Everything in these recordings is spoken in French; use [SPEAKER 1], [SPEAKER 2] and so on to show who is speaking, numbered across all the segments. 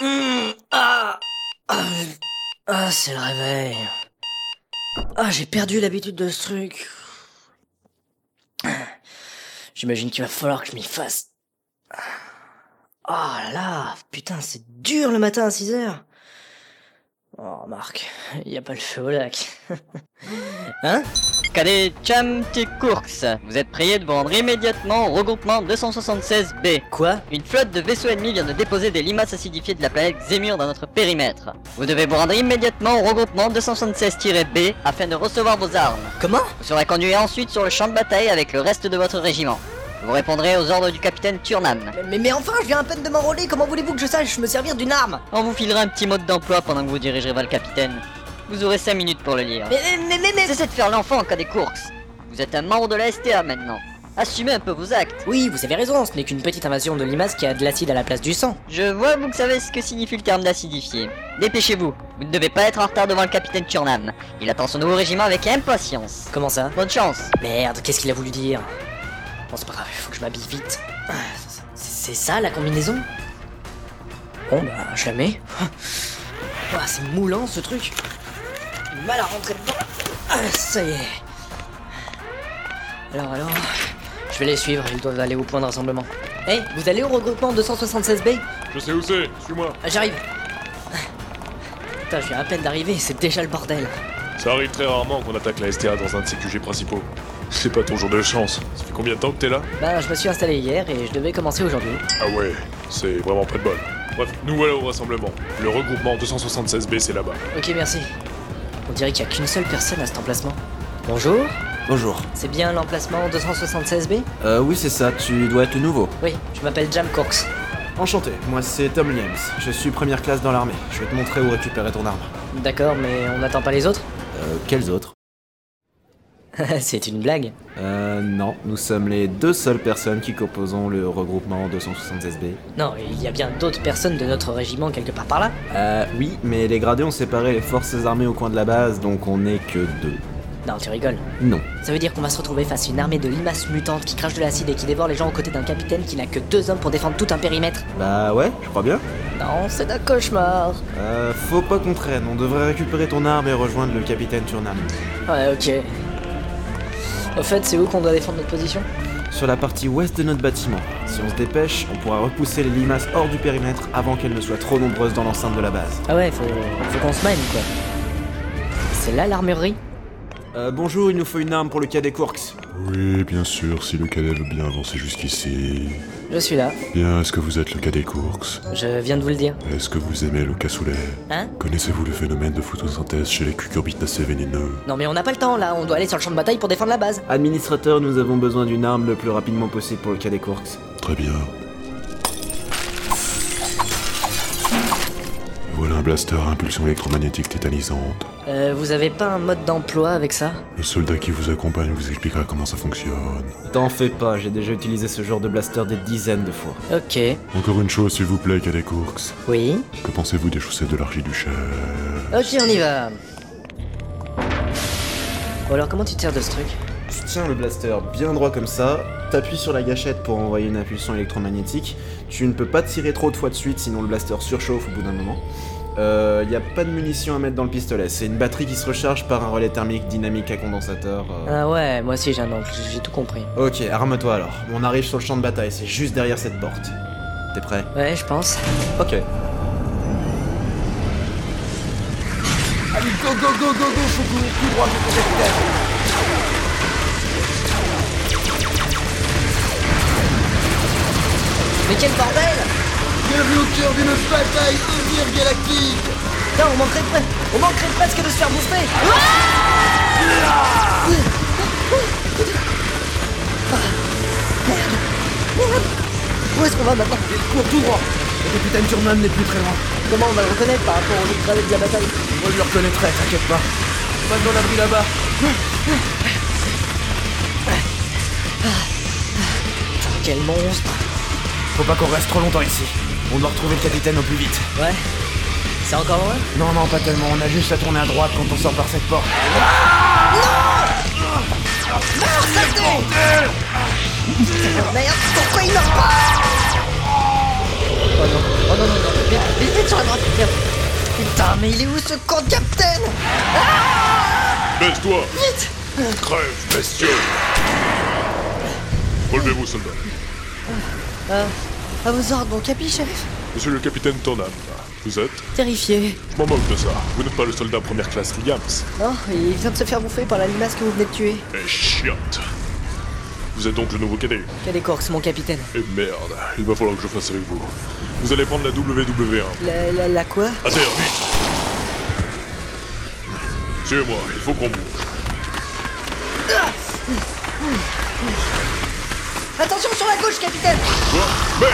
[SPEAKER 1] Hum, ah. c'est le réveil. Ah, j'ai perdu l'habitude de ce truc. J'imagine qu'il va falloir que je m'y fasse. Ah, Oh là là, putain, c'est dur le matin à 6 heures. Oh, Marc, y a pas le feu au lac. hein
[SPEAKER 2] Cadet Cham Courx, vous êtes prié de vous rendre immédiatement au regroupement 276B.
[SPEAKER 1] Quoi
[SPEAKER 2] Une flotte de vaisseaux ennemis vient de déposer des limaces acidifiées de la planète Xémur dans notre périmètre. Vous devez vous rendre immédiatement au regroupement 276-B afin de recevoir vos armes.
[SPEAKER 1] Comment
[SPEAKER 2] Vous serez conduit ensuite sur le champ de bataille avec le reste de votre régiment. Vous répondrez aux ordres du capitaine Turnam.
[SPEAKER 1] mais, mais, mais enfin, je viens à peine de m'enrôler, comment voulez-vous que je sache me servir d'une arme
[SPEAKER 2] On vous filera un petit mode d'emploi pendant que vous dirigerez vers le capitaine. Vous aurez 5 minutes pour le lire.
[SPEAKER 1] Mais, mais, mais, mais...
[SPEAKER 2] Cessez de faire l'enfant en cas des courses. Vous êtes un membre de la STA maintenant. Assumez un peu vos actes.
[SPEAKER 1] Oui, vous avez raison, ce n'est qu'une petite invasion de limaces qui a de l'acide à la place du sang.
[SPEAKER 2] Je vois, vous que savez ce que signifie le terme d'acidifié. Dépêchez-vous, vous ne devez pas être en retard devant le capitaine Turnham. Il attend son nouveau régiment avec impatience.
[SPEAKER 1] Comment ça
[SPEAKER 2] Bonne chance.
[SPEAKER 1] Merde, qu'est-ce qu'il a voulu dire Bon, c'est pas grave, faut que je m'habille vite. Ah, C'est ça la combinaison Bon, bah, jamais. Oh, c'est moulant ce truc. Mal à rentrer dedans. Ah, ça y est. Alors, alors. Je vais les suivre, ils doivent aller au point de rassemblement. Hé, hey, vous allez au regroupement 276B
[SPEAKER 3] Je sais où c'est, suis-moi.
[SPEAKER 1] Ah, J'arrive. Putain, je viens à peine d'arriver, c'est déjà le bordel.
[SPEAKER 3] Ça arrive très rarement qu'on attaque la STA dans un de ses QG principaux. C'est pas ton jour de chance. Ça fait combien de temps que t'es là
[SPEAKER 1] Bah, je me suis installé hier et je devais commencer aujourd'hui.
[SPEAKER 3] Ah ouais, c'est vraiment pas de bol. Bref, nous voilà au rassemblement. Le regroupement 276B, c'est là-bas.
[SPEAKER 1] Ok, merci. On dirait qu'il n'y a qu'une seule personne à cet emplacement. Bonjour
[SPEAKER 4] Bonjour.
[SPEAKER 1] C'est bien l'emplacement 276B
[SPEAKER 4] Euh, oui, c'est ça, tu dois être le nouveau.
[SPEAKER 1] Oui, je m'appelle Jam Cox.
[SPEAKER 4] Enchanté, moi c'est Tom Williams. Je suis première classe dans l'armée. Je vais te montrer où récupérer ton arme.
[SPEAKER 1] D'accord, mais on n'attend pas les autres
[SPEAKER 4] Euh, quels autres
[SPEAKER 1] C'est une blague
[SPEAKER 4] Euh, non, nous sommes les deux seules personnes qui composons le regroupement 276B.
[SPEAKER 1] Non, il y a bien d'autres personnes de notre régiment quelque part par là
[SPEAKER 4] Euh, oui, mais les gradés ont séparé les forces armées au coin de la base, donc on n'est que deux.
[SPEAKER 1] Non, tu rigoles.
[SPEAKER 4] Non.
[SPEAKER 1] Ça veut dire qu'on va se retrouver face à une armée de limaces mutantes qui crachent de l'acide et qui dévore les gens aux côtés d'un capitaine qui n'a que deux hommes pour défendre tout un périmètre.
[SPEAKER 4] Bah ouais, je crois bien.
[SPEAKER 1] Non, c'est un cauchemar.
[SPEAKER 4] Euh, faut pas qu'on traîne, on devrait récupérer ton arme et rejoindre le capitaine Turnham.
[SPEAKER 1] Ouais, ok. Au fait, c'est où qu'on doit défendre notre position
[SPEAKER 4] Sur la partie ouest de notre bâtiment. Si on se dépêche, on pourra repousser les limaces hors du périmètre avant qu'elles ne soient trop nombreuses dans l'enceinte de la base.
[SPEAKER 1] Ah ouais, faut, faut qu'on se mène, quoi. C'est là l'armurerie
[SPEAKER 4] Euh, bonjour, il nous faut une arme pour le cadet Courx.
[SPEAKER 5] Oui, bien sûr, si le cadet veut bien avancer jusqu'ici.
[SPEAKER 1] Je suis là.
[SPEAKER 5] Bien, est-ce que vous êtes le cadet Courx
[SPEAKER 1] Je viens de vous le dire.
[SPEAKER 5] Est-ce que vous aimez le cassoulet
[SPEAKER 1] Hein
[SPEAKER 5] Connaissez-vous le phénomène de photosynthèse chez les cucurbitacées vénéneux
[SPEAKER 1] Non mais on n'a pas le temps là, on doit aller sur le champ de bataille pour défendre la base.
[SPEAKER 4] Administrateur, nous avons besoin d'une arme le plus rapidement possible pour le cadet Courx.
[SPEAKER 5] Très bien. Voilà un blaster à impulsion électromagnétique tétanisante.
[SPEAKER 1] Euh, vous avez pas un mode d'emploi avec ça
[SPEAKER 5] Le soldat qui vous accompagne vous expliquera comment ça fonctionne.
[SPEAKER 4] T'en fais pas, j'ai déjà utilisé ce genre de blaster des dizaines de fois.
[SPEAKER 1] Ok.
[SPEAKER 5] Encore une chose, s'il vous plaît, cadet Courx.
[SPEAKER 1] Oui.
[SPEAKER 5] Que pensez-vous des chaussettes de l'archiduchesse
[SPEAKER 1] Ok, on y va. Bon alors comment tu tires de ce truc
[SPEAKER 4] Tu tiens le blaster bien droit comme ça, t'appuies sur la gâchette pour envoyer une impulsion électromagnétique. Tu ne peux pas tirer trop de fois de suite, sinon le blaster surchauffe au bout d'un moment. Il n'y a pas de munitions à mettre dans le pistolet, c'est une batterie qui se recharge par un relais thermique dynamique à condensateur. euh.
[SPEAKER 1] Ah ouais, moi aussi j'ai un oncle, j'ai tout compris.
[SPEAKER 4] Ok, arme-toi alors. On arrive sur le champ de bataille, c'est juste derrière cette porte. T'es prêt
[SPEAKER 1] Ouais, je pense.
[SPEAKER 4] Ok. Allez, go, go, go, go, go, faut courir tout droit jusqu'au capitaine.
[SPEAKER 1] Mais quel bordel
[SPEAKER 6] Bienvenue au cœur d'une bataille intergalactique
[SPEAKER 1] Putain, on manquerait presque, on manquerait presque de se faire bouffer Merde Où est-ce qu'on va maintenant
[SPEAKER 6] Cours tout droit Le capitaine Turnham n'est plus très loin.
[SPEAKER 1] Comment on va le reconnaître par rapport aux autres gradés de la bataille
[SPEAKER 6] On lui reconnaîtrait, t'inquiète pas. Pas dans l'abri là-bas.
[SPEAKER 1] Quel monstre
[SPEAKER 6] Faut pas qu'on reste trop longtemps ici. On doit retrouver le capitaine au plus vite.
[SPEAKER 1] Ouais C'est encore loin
[SPEAKER 6] Non, non, pas tellement. On a juste à tourner à droite quand on sort par cette porte.
[SPEAKER 1] Merde, pourquoi il meurt pas Oh non, oh non, non, non, vite, vite, vite sur la droite, merde Putain, mais il est où ce con de capitaine
[SPEAKER 3] Baisse-toi Vite Crève, bestiole Relevez-vous, soldat.
[SPEAKER 1] Ah, À vos ordres, mon capi, chef
[SPEAKER 3] Monsieur le capitaine Tordam, vous êtes
[SPEAKER 1] Terrifié.
[SPEAKER 3] Je m'en moque de ça. Vous n'êtes pas le soldat première classe Williams.
[SPEAKER 1] Oh, il vient de se faire bouffer par la limace que vous venez de tuer.
[SPEAKER 3] Eh, chiotte Vous êtes donc le nouveau cadet.
[SPEAKER 1] Quel est corks, mon capitaine
[SPEAKER 3] Et Eh merde, il va falloir que je fasse avec vous. Vous allez prendre la WW1.
[SPEAKER 1] La, la, la quoi
[SPEAKER 3] À terre, vite Suivez-moi, il faut qu'on bouge.
[SPEAKER 1] Attention sur la gauche, capitaine
[SPEAKER 3] Quoi Merde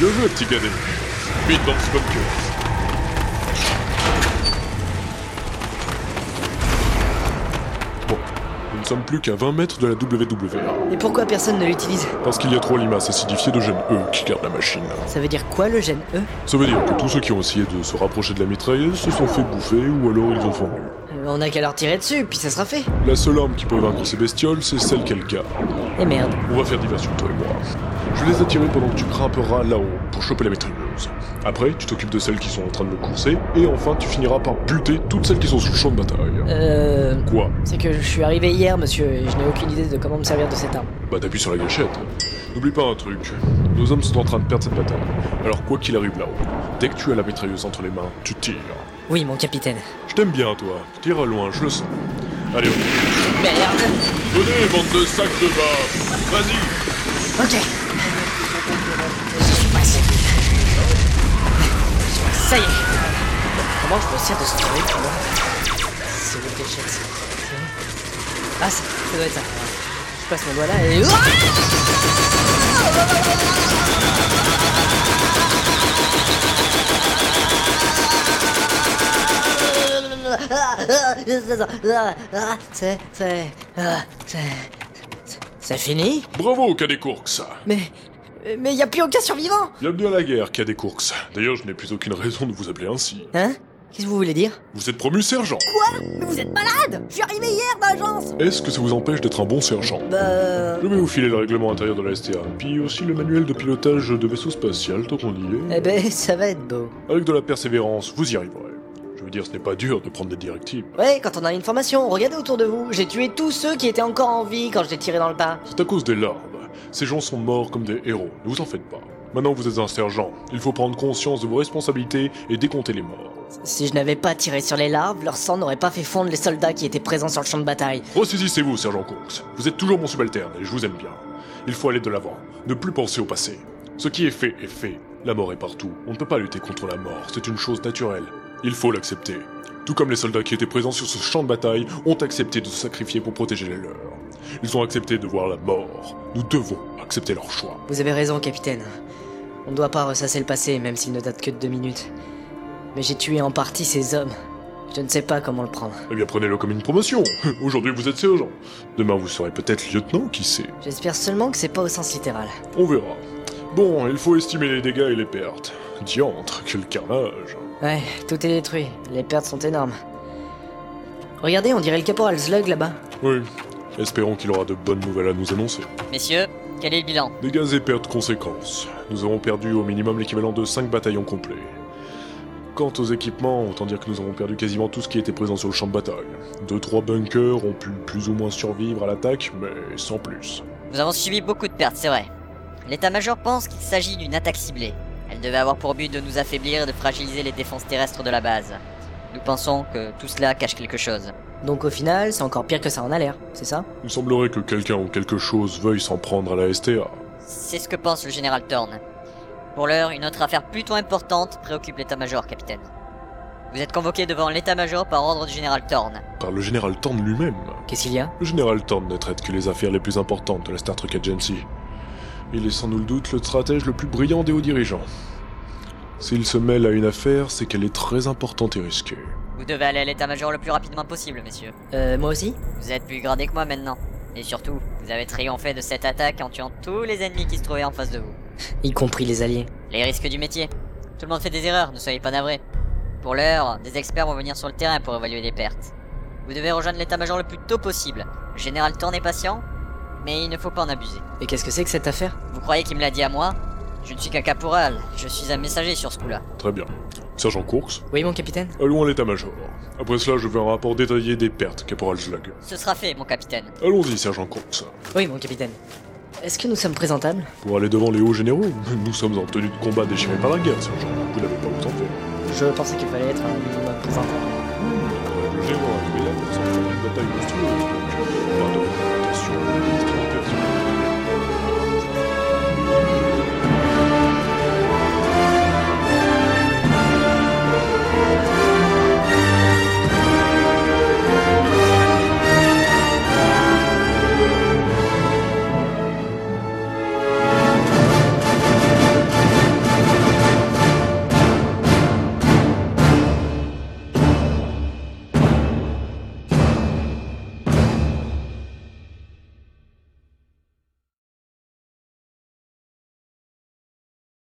[SPEAKER 3] Bien joué, petit cadet. Vite dans le bunker. Bon, nous ne sommes plus qu'à 20 mètres de la WWR.
[SPEAKER 1] Et pourquoi personne ne l'utilise
[SPEAKER 3] Parce qu'il y a trois limaces acidifiées de gène E qui gardent la machine.
[SPEAKER 1] Ça veut dire quoi le gène E
[SPEAKER 3] Ça veut dire que tous ceux qui ont essayé de se rapprocher de la mitrailleuse se sont fait bouffer ou alors ils ont fondu.
[SPEAKER 1] Euh, On a qu'à leur tirer dessus, puis ça sera fait.
[SPEAKER 3] La seule arme qui peut vaincre ces bestioles, c'est celle qu'elle garde.
[SPEAKER 1] Et Eh merde.
[SPEAKER 3] On va faire diversion, toi et moi. Je les attirer pendant que tu grimperas là-haut pour choper la mitrailleuse. Après, tu t'occupes de celles qui sont en train de me courser, et enfin, tu finiras par buter toutes celles qui sont sur le champ de bataille.
[SPEAKER 1] Euh.
[SPEAKER 3] Quoi
[SPEAKER 1] C'est que je suis arrivé hier, monsieur, et je n'ai aucune idée de comment me servir de cette arme.
[SPEAKER 3] Bah t'appuies sur la gâchette. N'oublie pas un truc, nos hommes sont en train de perdre cette bataille. Alors quoi qu'il arrive là-haut, dès que tu as la mitrailleuse entre les mains, tu tires.
[SPEAKER 1] Oui, mon capitaine.
[SPEAKER 3] Je t'aime bien toi, tu tires à loin, je le sens. Allez, on...
[SPEAKER 1] Merde
[SPEAKER 3] venez, bande de sacs de bas Vas-y
[SPEAKER 1] Ok. Je suis passé. Ça y est. Comment je me sers de ce truc moi C'est le gâchette. ça. C'est vrai Ah, ça, ça doit être ça. Je passe mon doigt là et. Ah C'est, c'est, ah, c'est, c'est- c'est fini
[SPEAKER 3] Bravo, Cadet Courx
[SPEAKER 1] mais. Mais y a plus aucun survivant
[SPEAKER 3] Bienvenue à la guerre, Cadet Courx. D'ailleurs, je n'ai plus aucune raison de vous appeler ainsi.
[SPEAKER 1] Hein Qu'est-ce que vous voulez dire
[SPEAKER 3] Vous êtes promu sergent
[SPEAKER 1] Mais vous êtes malade Je suis arrivé hier d'agence
[SPEAKER 3] Est-ce que ça vous empêche d'être un bon sergent
[SPEAKER 1] Bah.
[SPEAKER 3] Je vais vous filer le règlement intérieur de la STA, puis aussi le manuel de pilotage de vaisseau spatial, tant qu'on y est.
[SPEAKER 1] Eh ben, ça va être beau.
[SPEAKER 3] Avec de la persévérance, vous y arriverez. Je veux dire, ce n'est pas dur de prendre des directives.
[SPEAKER 1] Ouais, quand on a une formation, regardez autour de vous. J'ai tué tous ceux qui étaient encore en vie quand je les tiré dans le pas.
[SPEAKER 3] C'est à cause des larves. Ces gens sont morts comme des héros, ne vous en faites pas. Maintenant, vous êtes un sergent. Il faut prendre conscience de vos responsabilités et décompter les morts.
[SPEAKER 1] Si je n'avais pas tiré sur les larves, leur sang n'aurait pas fait fondre les soldats qui étaient présents sur le champ de bataille.
[SPEAKER 3] Ressaisissez-vous, sergent Cox. Vous êtes toujours mon subalterne et je vous aime bien. Il faut aller de l'avant, ne plus penser au passé. Ce qui est fait est fait. La mort est partout. On ne peut pas lutter contre la mort, c'est une chose naturelle. Il faut l'accepter. Tout comme les soldats qui étaient présents sur ce champ de bataille ont accepté de se sacrifier pour protéger les leurs. Ils ont accepté de voir la mort. Nous devons accepter leur choix.
[SPEAKER 1] Vous avez raison, capitaine. On ne doit pas ressasser le passé, même s'il ne date que de deux minutes. Mais j'ai tué en partie ces hommes. Je ne sais pas comment le prendre.
[SPEAKER 3] Eh bien, prenez-le comme une promotion. Aujourd'hui, vous êtes sergent. Demain, vous serez peut-être lieutenant, qui sait.
[SPEAKER 1] J'espère seulement que c'est pas au sens littéral.
[SPEAKER 3] On verra. Bon, il faut estimer les dégâts et les pertes. Diantre, quel carnage.
[SPEAKER 1] Ouais, tout est détruit. Les pertes sont énormes. Regardez, on dirait le caporal Slug là-bas.
[SPEAKER 3] Oui. Espérons qu'il aura de bonnes nouvelles à nous annoncer.
[SPEAKER 2] Messieurs, quel est le bilan
[SPEAKER 3] Dégâts et pertes conséquences. Nous avons perdu au minimum l'équivalent de 5 bataillons complets. Quant aux équipements, autant dire que nous avons perdu quasiment tout ce qui était présent sur le champ de bataille. Deux trois bunkers ont pu plus ou moins survivre à l'attaque, mais sans plus.
[SPEAKER 2] Nous avons subi beaucoup de pertes, c'est vrai. L'état-major pense qu'il s'agit d'une attaque ciblée. Elle devait avoir pour but de nous affaiblir et de fragiliser les défenses terrestres de la base. Nous pensons que tout cela cache quelque chose.
[SPEAKER 1] Donc au final, c'est encore pire que ça en a l'air, c'est ça
[SPEAKER 3] Il semblerait que quelqu'un ou quelque chose veuille s'en prendre à la STA.
[SPEAKER 2] C'est ce que pense le général Thorne. Pour l'heure, une autre affaire plutôt importante préoccupe l'état-major, capitaine. Vous êtes convoqué devant l'état-major par ordre du général Thorne.
[SPEAKER 3] Par le général Thorne lui-même.
[SPEAKER 1] Qu'est-ce qu'il y a
[SPEAKER 3] Le général Thorne ne traite que les affaires les plus importantes de la Star Trek Agency. Il est sans nul doute le stratège le plus brillant des hauts dirigeants. S'il se mêle à une affaire, c'est qu'elle est très importante et risquée.
[SPEAKER 2] Vous devez aller à l'état-major le plus rapidement possible, messieurs.
[SPEAKER 1] Euh, moi aussi
[SPEAKER 2] Vous êtes plus gradé que moi maintenant. Et surtout, vous avez triomphé de cette attaque en tuant tous les ennemis qui se trouvaient en face de vous.
[SPEAKER 1] Y compris les alliés.
[SPEAKER 2] Les risques du métier. Tout le monde fait des erreurs, ne soyez pas navrés. Pour l'heure, des experts vont venir sur le terrain pour évaluer les pertes. Vous devez rejoindre l'état-major le plus tôt possible. Le général Thorne est patient, mais il ne faut pas en abuser.
[SPEAKER 1] Et qu'est-ce que c'est que cette affaire
[SPEAKER 2] Vous croyez qu'il me l'a dit à moi Je ne suis qu'un caporal, je suis un messager sur ce coup-là.
[SPEAKER 3] Très bien. Sergent Courx,
[SPEAKER 1] Oui, mon capitaine
[SPEAKER 3] allons à l'état-major. Après cela, je veux un rapport détaillé des pertes, Caporal Schlag.
[SPEAKER 2] Ce sera fait, mon capitaine.
[SPEAKER 3] Allons-y, Sergent Courx.
[SPEAKER 1] Oui, mon capitaine. Est-ce que nous sommes présentables
[SPEAKER 3] Pour aller devant les hauts généraux, nous sommes en tenue de combat déchirée par la guerre, Sergent. Vous n'avez pas autant fait.
[SPEAKER 1] Je pensais qu'il fallait être un minimum présentable.